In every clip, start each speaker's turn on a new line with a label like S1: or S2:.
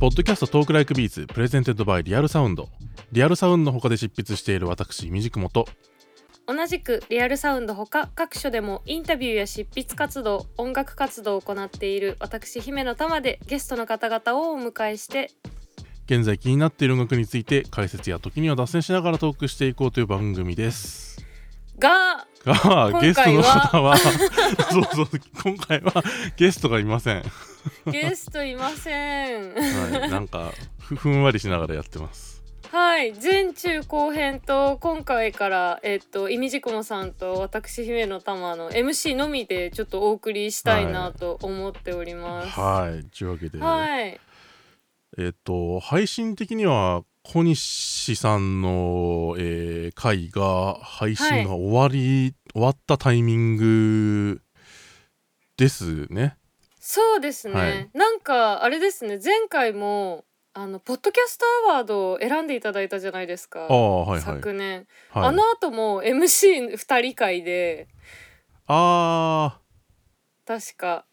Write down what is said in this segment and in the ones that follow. S1: ポッドキャストトークライクビーズプレゼンテッドバイリアルサウンドリアルサウンドの他で執筆している私みじくもと
S2: 同じくリアルサウンドほか各所でもインタビューや執筆活動音楽活動を行っている私姫野玉でゲストの方々をお迎えして
S1: 現在気になっている音楽について解説や時には脱線しながらトークしていこうという番組です
S2: が
S1: が
S2: は
S1: ゲストの方は そうそう今回はゲストがいません、は
S2: ゲストいませ
S1: い、
S2: ん
S1: なんかふふんわりしながらやってます
S2: はい前中後編と今回からえっといみじくもさんと私姫野玉の MC のみでちょっとお送りしたいなと思っております
S1: はいというわけで、
S2: はい
S1: えっと配信的には小西さんの、えー回が配信が終わり、終わったタイミングですね。
S2: そうですね、
S1: はい
S2: なんかあれですね前回もあのポッドキャストアワードを選んでいただいたじゃないですか、
S1: ああはいはい。
S2: 昨年、
S1: は
S2: あ
S1: い、
S2: の後も MC2 人会で
S1: あ
S2: 確か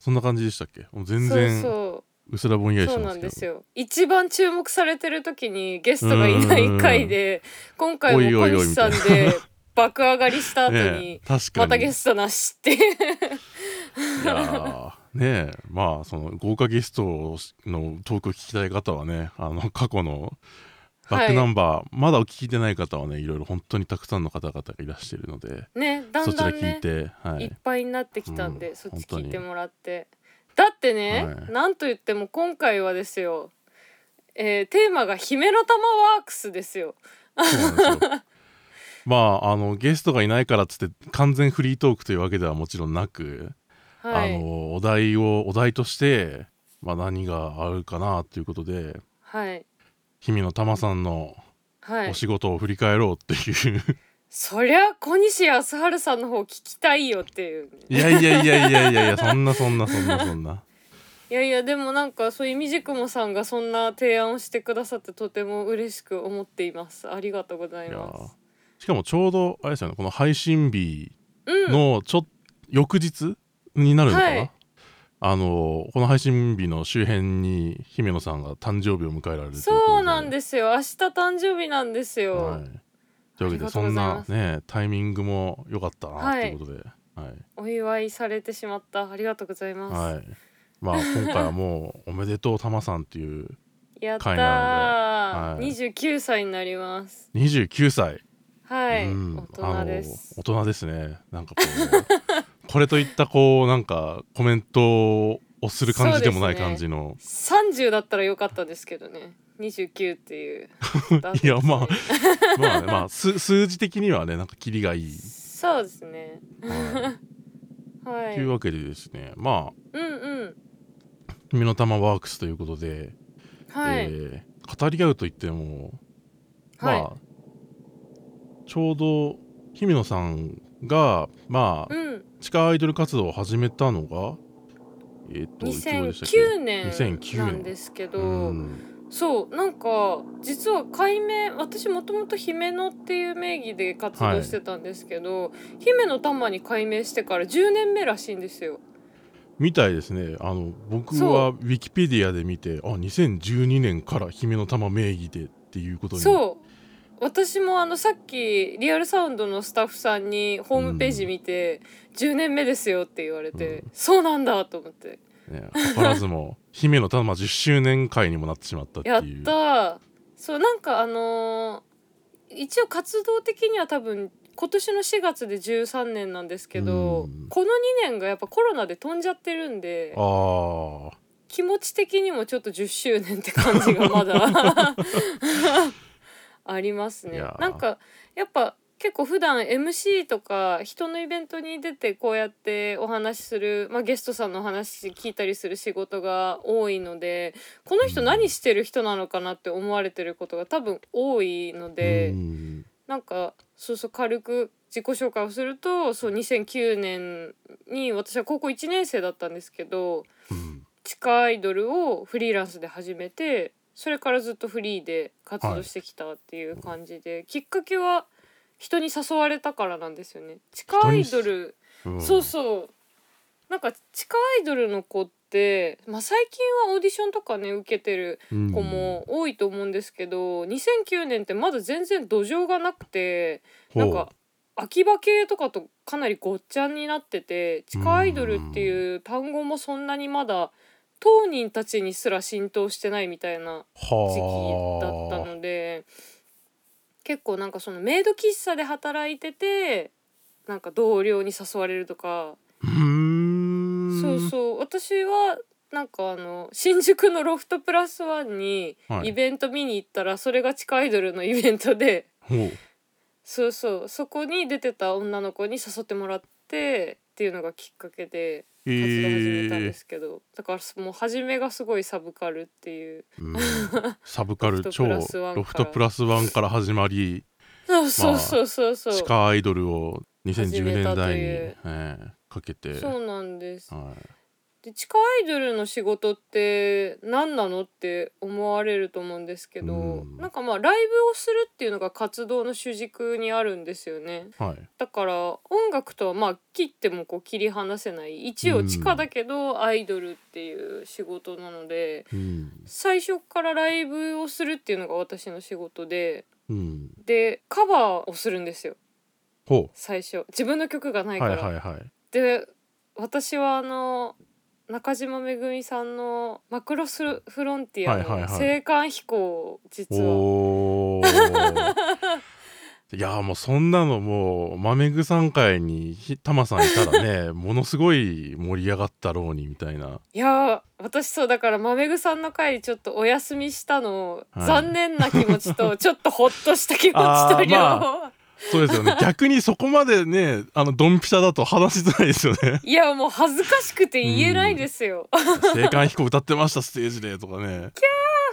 S1: ーそんな感じでしたっけもう全
S2: そう
S1: 然
S2: そう
S1: うすらぼんやりし
S2: そ
S1: て
S2: う
S1: ます
S2: なん
S1: け
S2: で
S1: ど
S2: すよ一番注目されてる時にゲストがいない回で今回も小西さん
S1: おい
S2: で爆上がりした後に、
S1: ねえ確かに
S2: またゲストなしって いう
S1: いやーねえまあその豪華ゲストのトークを聞きたい方はねあの過去のバックナンバー、まだお聞きでない方はねいろいろ本当にたくさんの方々がいらしているので、
S2: ねだ
S1: そ
S2: ん
S1: ちら
S2: だ
S1: 聞
S2: ん
S1: い
S2: ね
S1: て、はいい
S2: っ、ぱいになってきたんで、
S1: うん
S2: そっ
S1: 本
S2: ち
S1: 当に
S2: 聞いてもらってだってね、
S1: はい
S2: なんと言っても今回はですよ、えーテーマが「姫の玉ワークス」ですよ
S1: そうなん ですよまああのゲストがいないからっつって完全フリートークというわけではもちろんなく、
S2: はい
S1: あのお題をお題として、まあ、何があるかなということで
S2: はい
S1: 氷見の玉さんの
S2: はい
S1: お仕事を振り返ろうっていう、
S2: そりゃ小西康晴さんの方聞きたいよっていうね、
S1: いやいやいやいやいやいやそんなそんなそんなそんな。
S2: いやいやでもなんかそういうみじくもさんがそんな提案をしてくださってとても嬉しく思っていますありがとうござい
S1: いや
S2: ま
S1: ー
S2: す
S1: しかもちょうどあれですよねこの配信日
S2: うん
S1: のちょ、翌日になるのかな、
S2: はい
S1: あのーこの配信日の周辺に姫野さんが誕生日を迎えられるといこと
S2: そうなんですよ明日誕生日なんですよ、
S1: はい、というわけ
S2: あり
S1: で
S2: がとう
S1: そ
S2: ござ
S1: ん
S2: い
S1: な
S2: ます
S1: ねタイミングも良かったなということで、はい
S2: お祝いされてしまったありがとうございます、
S1: はいまあ今回はもう「おめでとうたまさん」っていう
S2: やった
S1: 会なのでは
S2: ー、
S1: い
S2: 29歳になります
S1: 29歳
S2: はい、
S1: うん
S2: 大人です
S1: あの大人ですねなんかこう これといったこうなんかコメントをする感じでもない
S2: そうですね
S1: 感じの、
S2: 30だったらよかったですけどね29っていう
S1: いやまあまあ、ね、まあ数数字的にはねなんかキリがいい、
S2: そうですね
S1: は、
S2: はいい
S1: というわけでですねまあ
S2: うんうん
S1: 「君の玉ワークス」ということで、
S2: はい、
S1: えー語り合うといってもま
S2: はい、
S1: あ、ちょうど姫野さんがまあ、
S2: うん
S1: 地下アイドル活動を始めたのがえっ、といつ頃でしたっけ
S2: 2009年
S1: 2009
S2: なんですけど、
S1: うん
S2: そうなんか実は改名私もともと姫野っていう名義で活動してたんですけど、姫野玉に改名してから10年目らしいんですよ。
S1: みたいですねあの僕は
S2: そ
S1: ウィキペディアで見てあ2012年から姫の玉名義でっていうことに
S2: そう私もあのさっきリアルサウンドのスタッフさんにホームページ見て「10年目ですよ」って言われて、そうなんだと思って
S1: ね図らずも 姫の玉10周年会にもなってしまったって
S2: やっ
S1: いう
S2: たーそうなんかあのー一応活動的には多分今年の4月で13年なんですけど、
S1: うん
S2: この2年がやっぱコロナで飛んじゃってるんで
S1: あー
S2: 気持ち的にもちょっと10周年って感じがま だあります
S1: い
S2: ね
S1: や。ー
S2: なんかやっぱ結構普段 MC とか人のイベントに出てこうやってお話しする、まあ、ゲストさんのお話聞いたりする仕事が多いのでこの人何してる人なのかなって思われてることが多分多いので。
S1: うん
S2: なんかそうそう軽く自己紹介をするとそう2009年に私は高校1年生だったんですけど
S1: うん
S2: 地下アイドルをフリーランスで始めてそれからずっとフリーで活動してきたっていう感じで、きっかけは人に誘われたからなんですよね。地下アイドル、
S1: うん
S2: そうそうなんか地下アイドルの子ってて、まあ、最近はオーディションとかね受けてる
S1: うん
S2: 子も多いと思うんですけど2009年ってまだ全然土壌がなくて
S1: ほう
S2: なんか秋葉系とかとかなりごっちゃになってて地下アイドルっていう単語もそんなにまだ当人たちにすら浸透してないみたいな時期だった
S1: はあ
S2: ので結構なんかそのメイド喫茶で働いててなんか同僚に誘われるとか
S1: うーん
S2: そうそう私はなんかあの新宿のロフトプラスワンに
S1: はい
S2: イベント見に行ったらそれが地下アイドルのイベントで
S1: ほう
S2: そうそうそこに出てた女の子に誘ってもらってっていうのがきっかけで
S1: え
S2: 活動を始めたんで
S1: ー
S2: すけど、だからもう初めがすごいサブカルっていう
S1: うんサブ カル
S2: ロフト
S1: 超
S2: プラスワンから
S1: ロフトプラスワンから始まり
S2: そうそうそうそうそう、
S1: 地下アイドルを2010年
S2: 始めたと
S1: 代に、
S2: いう
S1: ええかけて
S2: そうなんです
S1: はい
S2: で地下アイドルの仕事って何なのって思われると思うんですけど、
S1: うん
S2: なんかまあライブをするっていうのが活動の主軸にあるんですよね
S1: はい
S2: だから音楽とはまあ切ってもこう切り離せない一応地下だけどアイドルっていう仕事なので、
S1: うん
S2: 最初からライブをするっていうのが私の仕事で
S1: うん
S2: でカバーをするんですよ
S1: ほ
S2: 最初自分の曲がな
S1: う
S2: いか
S1: は
S2: ら、
S1: いはいはい
S2: で私はあの中島めぐみさんの「マクロスフロンティア」
S1: はいはい
S2: の
S1: はい
S2: 青函飛行を実は
S1: お ーいやーもうそんなのもう豆具さん会にひタマさんいた らねものすごい盛り上がったろうにみたいない
S2: やー私そうだからまめぐさんの回ちょっとお休みしたの、
S1: はい
S2: 残念な気持ち とちょっとほっとした気持ちと
S1: あー
S2: 両
S1: まあ
S2: 方、
S1: そうですよ ね逆にそこまでねあのドンピシャだと話しづらいですよ ね
S2: いやもう恥ずかしくて言えないですよ、あ
S1: 「青函飛行歌ってましたステージで」とかね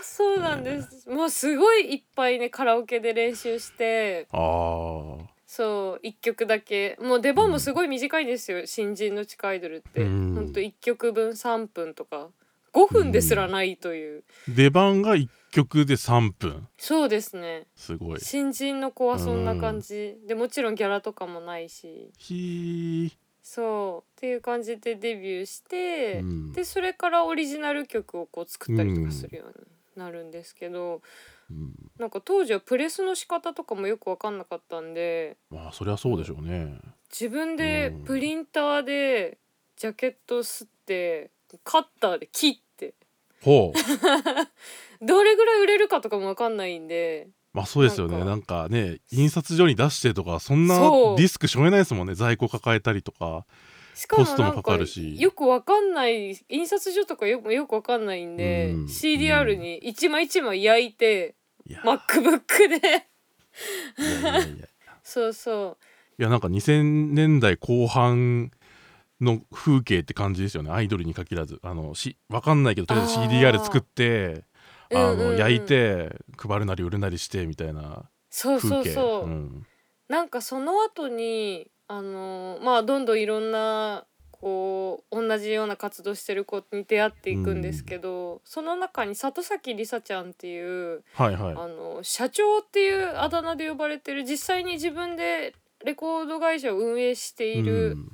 S2: そうなんです、もうすごいいっぱいねカラオケで練習して
S1: あー
S2: そう一曲だけもう出番もすごい短いんですよ、新人の地下アイドルって、
S1: うん
S2: ほんと1曲分3分とか5分ですらないという、
S1: 出番が1曲で3分
S2: そうですね
S1: すごい
S2: 新人の子はそんな感じ、でもちろんギャラとかもないし
S1: ひ
S2: そうっていう感じでデビューし
S1: ー、
S2: て、
S1: うん
S2: でそれからオリジナル曲をこう作ったりとかするようになるんですけど、
S1: うん
S2: なんか当時はプレスの仕方とかもよく分かんなかったんで
S1: まあそりゃそうでしょうね
S2: 自分で
S1: うん
S2: プリンターでジャケットを吸ってカッターで切って
S1: ほう
S2: どれぐらい売れるかとかも分かんないんで
S1: まあそうですよね
S2: なんか
S1: なんかね印刷所に出してとかそんな
S2: そう
S1: リスクしょうがないですもんね在庫抱えたりとか
S2: しかも
S1: コスト
S2: な
S1: もか
S2: んか
S1: かるし
S2: よく分かんない印刷所とかよよく分かんないんで、
S1: うん
S2: CDR に一枚一枚焼いて、
S1: いや
S2: MacBook で
S1: いやいやいやい
S2: そうそう
S1: やなんか2000年代後半の風景って感じですよねアイドルに限らずあのしわかんないけどとりあえず
S2: あー
S1: CDR 作ってあの、
S2: うんうんうん
S1: 焼いて配るなり売るなりしてみたいな
S2: そう
S1: 風景
S2: そうそう。
S1: ん
S2: なんかその後にあのまあどんどんいろんなこう同じような活動してる子に出会っていくんですけど、その中に里崎梨沙ちゃんっていう、
S1: はいはい
S2: あの社長っていうあだ名で呼ばれてる実際に自分でレコード会社を運営している、
S1: うん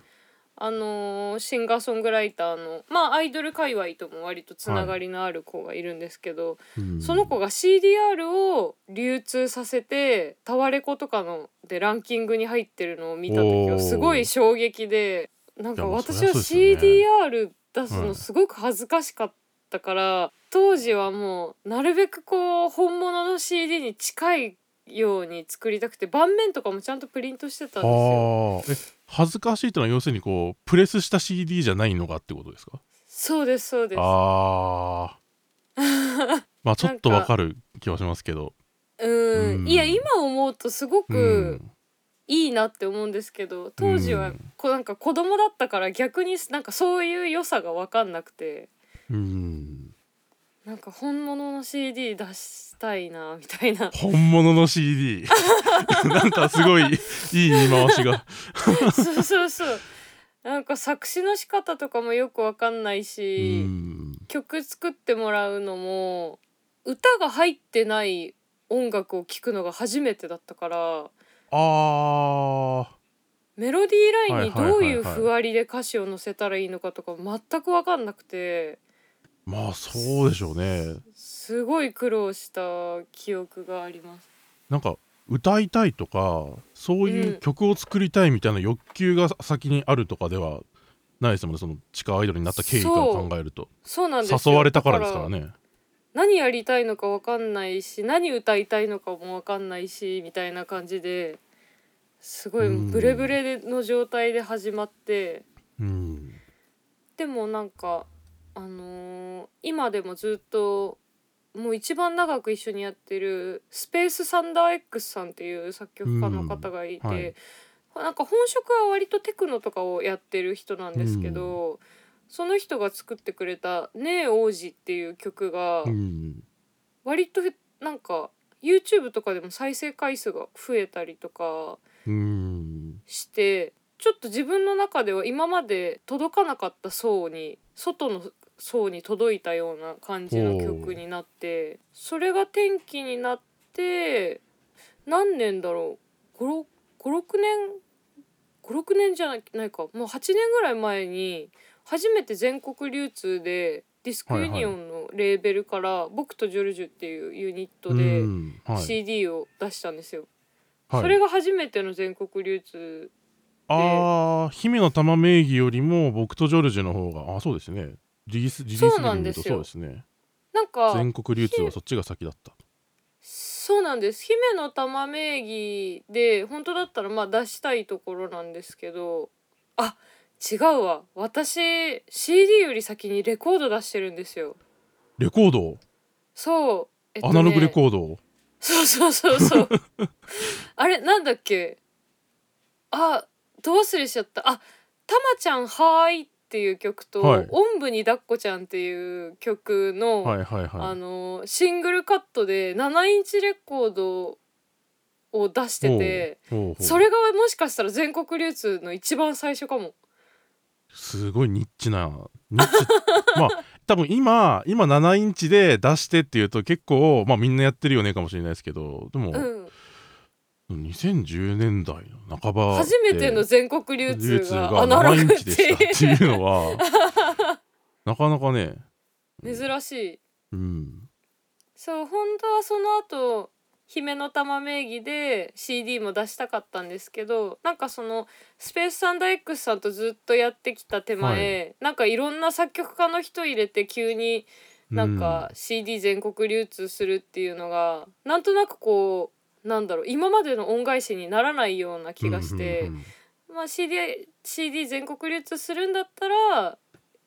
S2: あのシンガーソングライターのまあアイドル界隈とも割とつながりのある子がいるんですけど、
S1: うん
S2: その子が CDR を流通させてタワレコとかのでランキングに入ってるのを見た時
S1: お
S2: は
S1: ー
S2: すごい衝撃でなんか
S1: いやもう
S2: 私
S1: そり
S2: は
S1: ゃそうですよ
S2: CDR 出す
S1: は
S2: の
S1: い
S2: すごく恥ずかしかったから当時はもうなるべくこう本物の CD に近いように作りたくて盤面とかもちゃんとプリントしてたんですよ。
S1: あーえ恥ずかしいというのは要するにこうプレスした CD じゃないのがってことですか
S2: そうですそうです。
S1: あ ーまあちょっとわかる気はしますけど
S2: うん、
S1: うん
S2: いや今思うとすご
S1: う
S2: く
S1: ん
S2: いいなって思うんですけど当時
S1: う
S2: は
S1: ん
S2: こうなんか子供だったから逆になんかそういう良さが分かんなくて
S1: うん
S2: なんか本物の CD 出したいなみた いな
S1: 本物の CD なんかすごいいい言い回しが
S2: そうそうそうなんか作詞の仕方とかもよく分かんないうし、
S1: ん
S2: 曲作ってもらうのも歌が入ってない音楽を聴くのが初めてだったから
S1: あー
S2: メロディーラインに
S1: はいはいはい
S2: ど
S1: は
S2: う
S1: い
S2: いうふわりで歌詞を載せたらいいのかとか全く分かんなくて
S1: まあそうでしょうね
S2: すごい苦労した記憶があります。
S1: なんか歌いたいとかそういううん曲を作りたいみたいな欲求が先にあるとかではないですもんねその地下アイドルになった経緯から考えると
S2: そうなんですよ
S1: 誘われたからですから
S2: だ
S1: ね
S2: 何やりたいのか分かんないし何歌いたいのかも分かんないしみたいな感じですごい
S1: うん
S2: ブレブレの状態で始まって
S1: うん
S2: でもなんかあのー今でもずっともう一番長く一緒にやってるスペースサンダー X さんっていう作曲家の方がいて、
S1: うんはい
S2: なんか本職は割とテクノとかをやってる人なんですけど、その人が作ってくれた「ねえ王子」っていう曲が。
S1: うん
S2: 割となんか YouTube とかでも再生回数が増えたりとか
S1: うん
S2: してちょっと自分の中では今まで届かなかった層に外の層に届いたような感じの曲になってそれが転機になって何年だろう56年56年じゃないないかもう8年ぐらい前に初めて全国流通でディスクユニオンのレーベルから「僕とジョルジュ」っていうユニットで
S1: うんはい
S2: CD を出したんですよ。
S1: はい
S2: それが初めての全国流通
S1: ああ姫の玉名義よりも僕とジョルジュの方があそうですねリリースリリース
S2: そうなんですよ
S1: 見るとそうですね
S2: なんか
S1: 全国流通はそっちが先だった
S2: そうなんです姫の玉名義で本当だったらまあ出したいところなんですけどあ違うわ私 CD より先にレコード出してるんですよ
S1: レコード、
S2: そう、えっと
S1: アナログレ
S2: ード
S1: コード
S2: そうそうそうそう あれなんだっけあどう忘れしちゃったあたまちゃんはーいっていう曲と、
S1: はい
S2: おんぶに抱っこちゃんっていう曲の、
S1: はいはい
S2: あ
S1: は
S2: のシングルカットで7インチレコードを出してて
S1: いほうほう
S2: それがもしかしたら全国流通の一番最初かも
S1: すごいニッチなニッチ まあ多分今今7インチで出してっていうと結構まあみんなやってるよねかもしれないですけどでも、
S2: うん
S1: 2010年代の半ば
S2: 初めての
S1: で
S2: 全国流
S1: 流
S2: 通
S1: 通
S2: が
S1: が
S2: アナログ
S1: 7イ
S2: っ
S1: ン
S2: て
S1: チでしたって
S2: い
S1: いううのはなかなかね
S2: 珍しい
S1: うん
S2: そう本当はその後姫の玉名義で CD も出したかったんですけどなんかそのスペースサンダー X さんとずっとやってきた手前、なんかいろんな作曲家の人入れて急になんか CD 全国流通するっていうのが、なんとなくこうなんだろう今までの恩返しにならないような気がして、
S1: うんうんうん
S2: まあ、CD, CD 全国流通するんだったら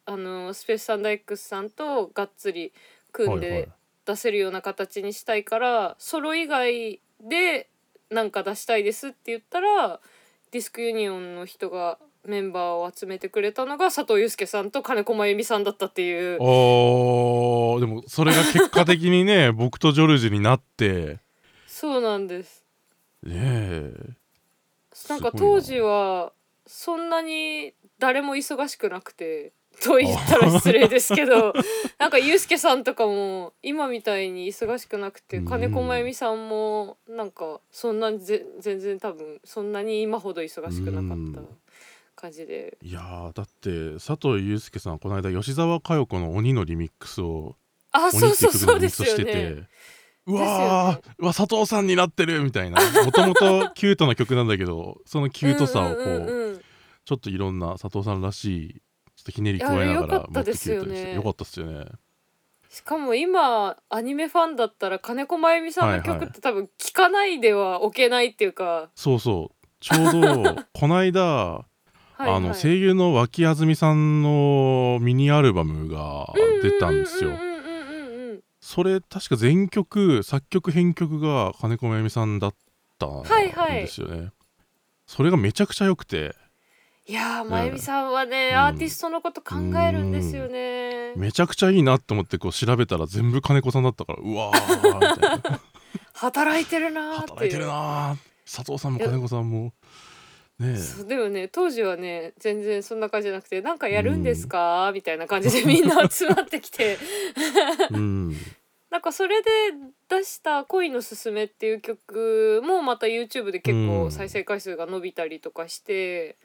S2: あのスペースサンダー X さんとがっつり組ん
S1: はいはい
S2: で出せるような形にしたいから、ソロ以外でなんか出したいですって言ったらディスクユニオンの人がメンバーを集めてくれたのが佐藤祐介さんと金子真由美さんだったっていう
S1: あ。ーでもそれが結果的にね 僕とジョルジュになって
S2: そうなんです
S1: ねえ
S2: なん
S1: すご
S2: か
S1: いな
S2: 当時はそんなに誰も忙しくなくてと言ったら失礼ですけど なんかユうスケさんとかも今みたいに忙しくなくて
S1: うん
S2: 金子真由美さんもなんかそんなにぜ全然多分そんなに今ほど忙しくなかった感じで
S1: いやーだって佐藤祐介さんこの間吉沢佳代子の「鬼」のリミックスを
S2: あ
S1: 鬼
S2: そ
S1: って
S2: う
S1: い
S2: そう
S1: 曲
S2: そ
S1: のリ
S2: う
S1: ミ
S2: で
S1: ックス
S2: す
S1: をし
S2: よ
S1: て
S2: ね
S1: て。うわー、うわ佐藤さんになってるみたいなもともとキュートな曲なんだけどそのキュートさをこう,、
S2: うんうんうんうん
S1: ちょっといろんな佐藤さんらしいちょっとひねり加えなが
S2: いや良からったですよね
S1: もっとキュートにしてよかったっすよね
S2: しかも今アニメファンだったら金子真由美さんの
S1: はい
S2: 曲
S1: はい
S2: って多分聴かないでは置けないっていうか、
S1: そうそうちょうど この間
S2: はいはい
S1: あの声優の脇あずみさんのミニアルバムが出たんですよ、
S2: うんうんうんうんうんうん
S1: それ確か全曲作曲編曲が金子真由美さんだったん
S2: はいはい
S1: ですよね、それがめちゃくちゃ良くて
S2: いやーまゆみさんはね、
S1: うん
S2: アーティストのこと考えるんですよね、
S1: めちゃくちゃいいなって思ってこう調べたら全部金子さんだったからうわーみたい な
S2: 働いてるなーっていう
S1: 働いてるなー佐藤さんも金子さんもねえ
S2: そうでもね当時はね全然そんな感じじゃなく てなんかやるんですか、みたいな感じでみんな集まってきて
S1: うん
S2: なんかそれで出した「恋のすすめ」っていう曲もまた YouTube で結構再生回数が伸びたりとかして、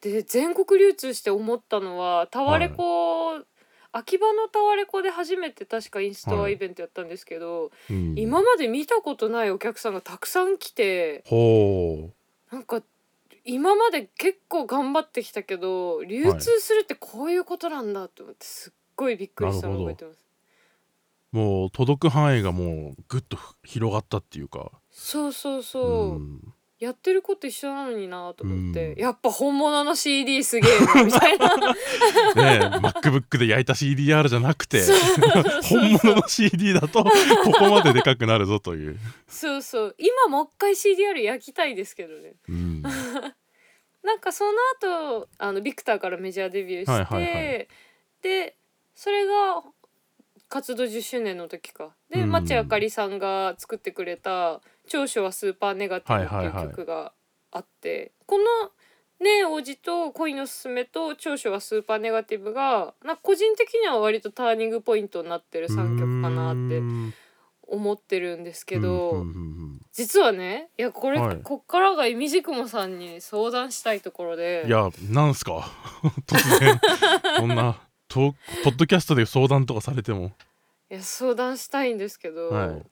S2: で全国流通して思ったのはタワレコ、秋葉のタワレコで初めて確かインストアイベントやったんですけど、
S1: うん
S2: 今まで見たことないお客さんがたくさん来て
S1: ほ
S2: なんか今まで結構頑張ってきたけど流通するってこういうことなんだと思ってすっごいびっくりしたのを覚えてます。
S1: うもう届く範囲がもうぐっとふ広がったっていうか
S2: そうそうそう、
S1: ん
S2: やってること一緒なのになと思って、
S1: うん
S2: やっぱ本物の CD すげえなみたいな
S1: ねえ MacBook で焼いた CDR じゃなくて 本物の CD だとここまででかくなるぞという、
S2: そうそう今もう一回 CDR 焼きたいですけどね
S1: うん、
S2: なんかその後あのビクターからメジャーデビューして、
S1: はいはいはい
S2: でそれが活動10周年の時かで、
S1: うん
S2: 町あかりさんが作ってくれた「長所はスーパーネガティブ」って
S1: はいいうはいはい
S2: 曲があって、この「ねえ王子」と「恋のすすめ」と「長所はスーパーネガティブが」なんか個人的には割とターニングポイントになってる3曲かなって思ってるんですけど。
S1: うんうんうん
S2: 実はねいやこれ、
S1: はい
S2: こっからがいみじくもさんに相談したいところで
S1: うんいやなんすか 突然こんなとポッドキャストで相談とかされても
S2: いや相談したいんですけど、
S1: はい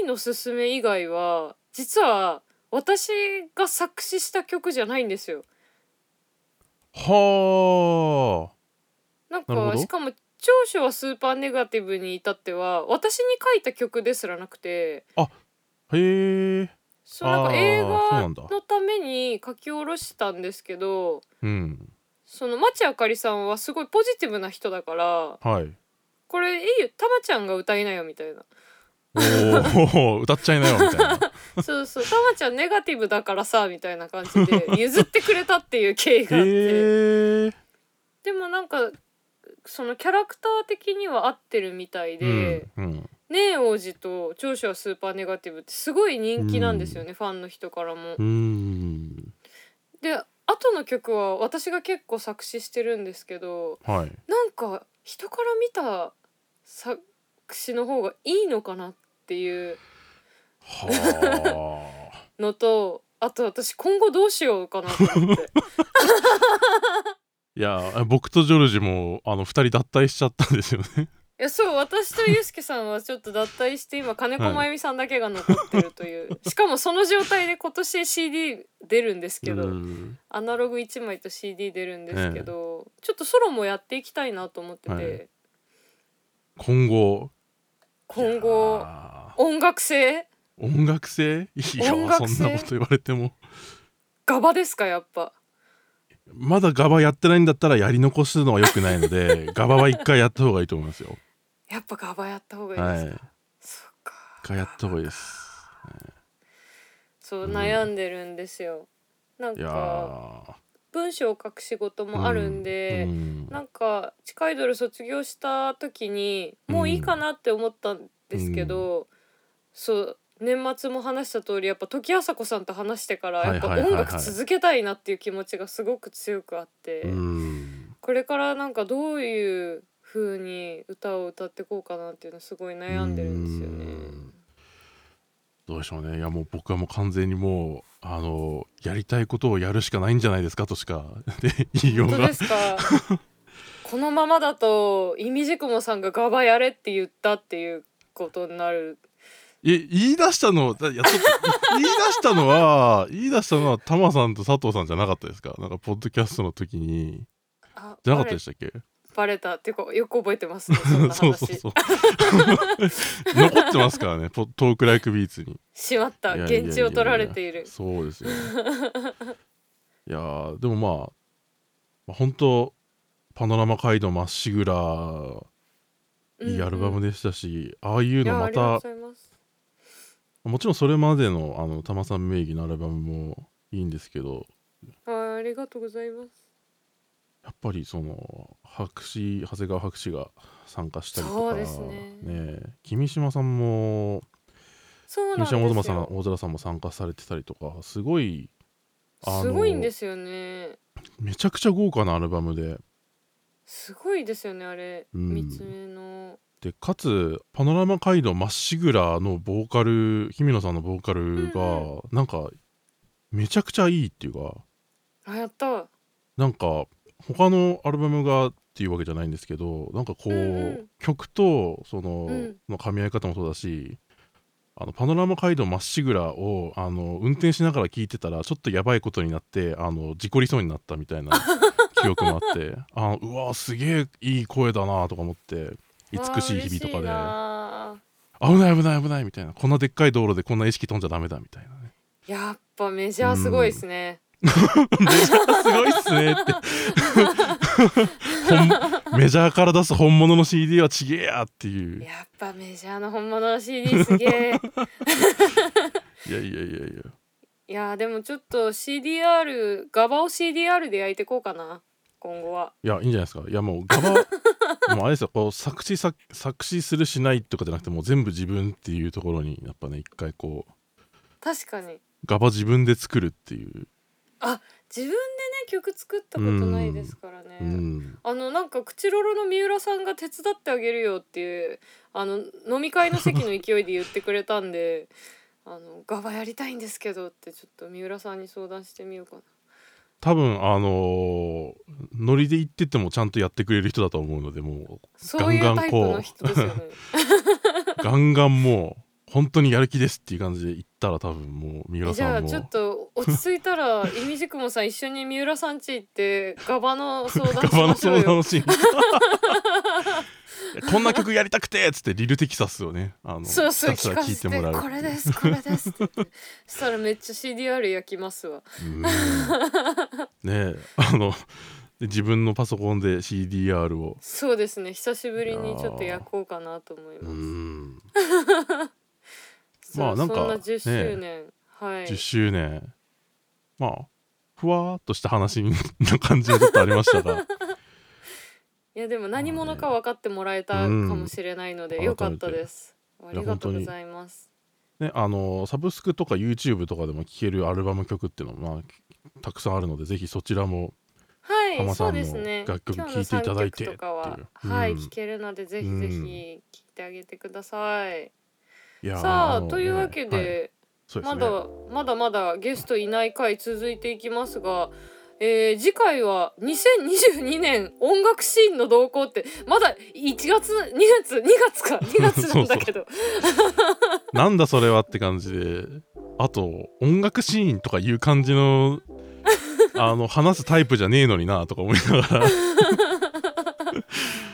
S2: 恋のすすめ以外は実は私が作詞した曲じゃないんですよ。
S1: は
S2: なん
S1: なるほ
S2: か
S1: ど
S2: しかも長所はスーパーネガティブに至っては私に書いた曲ですらなくて
S1: あへえ
S2: そうなん
S1: あ
S2: か
S1: ー
S2: 映
S1: そう
S2: 画
S1: なんだ
S2: のために書き下ろしたんですけど
S1: うん
S2: その町あかりさんはすごいポジティブな人だから
S1: はい
S2: これいいよたまちゃんが歌いなよみたいな
S1: おお 歌っちゃいなよみたい な
S2: そうそう、たまちゃんネガティブだからさみたいな感じで譲ってくれたっていう経緯があって、
S1: へえ
S2: でもなんかそのキャラクター的には合ってるみたいで、
S1: うんうん、
S2: ねえ王子と長所はスーパーネガティブってすごい人気なんですよね、ファンの人からも。
S1: うーん
S2: で後の曲は私が結構作詞してるんですけど
S1: はい
S2: なんか人から見た作詞の方がいいのかなっていう
S1: はあ
S2: のとあと私今後どうしようかなと思って。
S1: いや僕とジョルジもあの2人脱退しちゃったんですよね
S2: いやそう私とユースケさんはちょっと脱退して今金子真由美さんだけが残ってると いう、しかもその状態で今年 CD 出るんですけ
S1: う
S2: ど、
S1: ん
S2: アナログ1枚と CD 出るんですけど、ちょっとソロもやっていきたいなと思ってて、
S1: はい今後
S2: 今
S1: い
S2: 後
S1: や
S2: 音楽性
S1: ー音楽性いや
S2: 音楽性
S1: そんなこと言われても
S2: ガバですかやっぱ
S1: まだガバやってないんだったらやり残すのは良くないの でガバは一回やった方がいいと思いますよ
S2: やっぱガバやった方がいい
S1: はい
S2: ですか、
S1: 一
S2: そっか
S1: 回やった方がいいです
S2: そう
S1: うん
S2: 悩んでるんですよ、なん
S1: いや
S2: か文章を書く仕事
S1: ー
S2: もあるんで、
S1: うんうん
S2: なんか地下アイドル卒業した時に
S1: うん
S2: もういいかなって思ったんですけど、そう年末も話した通りやっぱ時あさこさんと話してから
S1: はい
S2: や
S1: は
S2: っ
S1: い
S2: ぱ
S1: はいはい
S2: 音楽続けたいなっていう気持ちがすごく強くあって、
S1: うん
S2: これからなんかどういう風に歌を歌ってこうかなっていうのすごい悩んでるんですよね。
S1: うんどうでしょうねいやもう僕はもう完全にもうあのやりたいことをやるしかないんじゃないですかとしか で言いよう
S2: 本当
S1: が
S2: ですか このままだとイミジクモさんがガバやれって言ったっていうことになる
S1: え言い出したのだいやちょっと言い出したのは言い出したのはタマさんと佐藤さんじゃなかったですかなんかポッドキャストの時に
S2: あ
S1: じゃなかったでしたっけ
S2: バレたっていうかよく覚えてます ねそんな話
S1: そうそうそう残ってますからねポトークライクビーツに
S2: しまった
S1: いやいやいやいや
S2: 現地を取られている
S1: そうですよ、ね、いやーでもまあ、まあ、本当パノラマ街道まっしぐらいいアルバム
S2: で
S1: でしたし、ああいうのま
S2: いやありがとうご
S1: た
S2: ざいます
S1: もちろんそれまでのあのタマさん名義のアルバムもいいんですけど
S2: はいありがとうございます
S1: やっぱりその博士長谷川博士が参加したりとか
S2: そうですね
S1: え君島さんも
S2: そうな
S1: 君
S2: んです
S1: 島大妻さん
S2: よ
S1: 大空さんも参加されてたりとかすごいあの
S2: すごいんですよね
S1: めちゃくちゃ豪華なアルバムで、
S2: すごいですよねあれ
S1: うん
S2: 三つ目の
S1: でかつ「パノラマ街道まっしぐら」のボーカル姫野さんのボーカルが、
S2: うん
S1: なんかめちゃくちゃいいっていうか
S2: あやった
S1: なんか他のアルバムがっていうわけじゃないんですけどなんかこう、
S2: うんうん
S1: 曲とその,、
S2: うん
S1: の噛み合い方もそうだしあのパノラマ街道まっしぐらをあの運転しながら聞いてたらちょっとやばいことになってあの事故りそうになったみたいな 記憶もあってあのうわすげえいい声だなとか思って
S2: わ
S1: 美
S2: あ
S1: しい日々とかで
S2: 嬉しいな
S1: 危ない危ない危ないみたいなこんなでっかい道路でこんな意識飛んじゃダメだみたいなね
S2: やっぱメジャーすごいですね、
S1: メジャーすごいっすねってほんメ ジャーから出す本物の CD はちげえやっていう
S2: やっぱメジャーの本物の CD すげ え
S1: いやいやいやいや
S2: いやーでもちょっと CDR ガバを CDR で焼いてこうかな今後はい
S1: やいいんじゃないですかいやもうガバ もうあれですよこう作詞作作詞するしないとかじゃなくてもう全部自分っていうところにやっぱね一回こう
S2: 確かに
S1: ガバ自分で作るっていう、
S2: 自分でね曲作ったことないですからね、
S1: うん
S2: あのなんかクチロロの三浦さんが手伝ってあげるよっていうあの飲み会の席の勢いで言ってくれたんで あのガバやりたいんですけどってちょっと三浦さんに相談してみようかな
S1: 多分あのーノリで言ってってもちゃんとやってくれる人だと思うのでもう
S2: そうい
S1: ガン
S2: う
S1: ガ
S2: タ
S1: ン
S2: イプ
S1: こう
S2: の人ですよね
S1: ガンガンもう本当にやる気ですっていう感じで言ったら多分もう三
S2: え
S1: 浦
S2: じゃ
S1: さ
S2: あ
S1: んも
S2: ちょっと落ち着いたらイミジクモさん一緒に三浦さん家行ってガバ の相談し
S1: ガバ
S2: ま
S1: の
S2: しょ
S1: 相
S2: うよ
S1: 談シーンいや こんな曲やりたくてっつってリルテキサスをねあの
S2: そうそう
S1: ひたす
S2: 聞
S1: ら
S2: か
S1: 聞い
S2: せ
S1: て
S2: て
S1: もらう
S2: これですこれですって言ってそしたらめっちゃ CDR 焼きますわ
S1: うんねえあので自分のパソコンで CDR を
S2: そうですね久しぶりにちょっと焼こうかなと思います
S1: う、ん
S2: そう
S1: まあなんか
S2: そんな10周年、はい
S1: 10周年、まあふわーっとした話な感じもちょっとありました が
S2: いやでも何者か分かってもらえたかもしれないので、
S1: うん
S2: 良かったですあ
S1: めて
S2: りがとうございます
S1: ねあのサブスクとか YouTube とかでも聴けるアルバム曲っていうのもまあたくさんあるのでぜひそちらも
S2: は
S1: 浜さ
S2: いそ
S1: ん
S2: う
S1: の
S2: ですね
S1: 楽曲
S2: 今
S1: 聴い
S2: 日の
S1: ていただいて
S2: 3曲とかは
S1: っていう
S2: はい
S1: うん
S2: 聴けるのでぜひぜひ聴いてあげてください、
S1: いやー
S2: さあ
S1: の
S2: というわけで、
S1: ねはいそうです
S2: ま
S1: ね
S2: だまだまだゲストいない回続いていきますが、えー次回は2022年音楽シーンの動向ってまだ1月2月2 月か2月なんだけど
S1: なんだそれはって感じであと音楽シーンとかいう感じのあの話すタイプじゃねえのになとか思いながら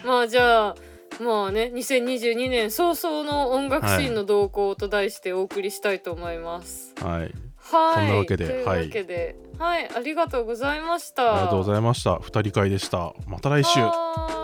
S2: まあじゃあまあね2022年早々の音楽シーンの動向と題してお送りしたいと思います。
S1: はい
S2: はい、
S1: そんなわけで
S2: というわけではい、ありがとうございました。
S1: ありがとうございました二人会でしたまた来週
S2: はーい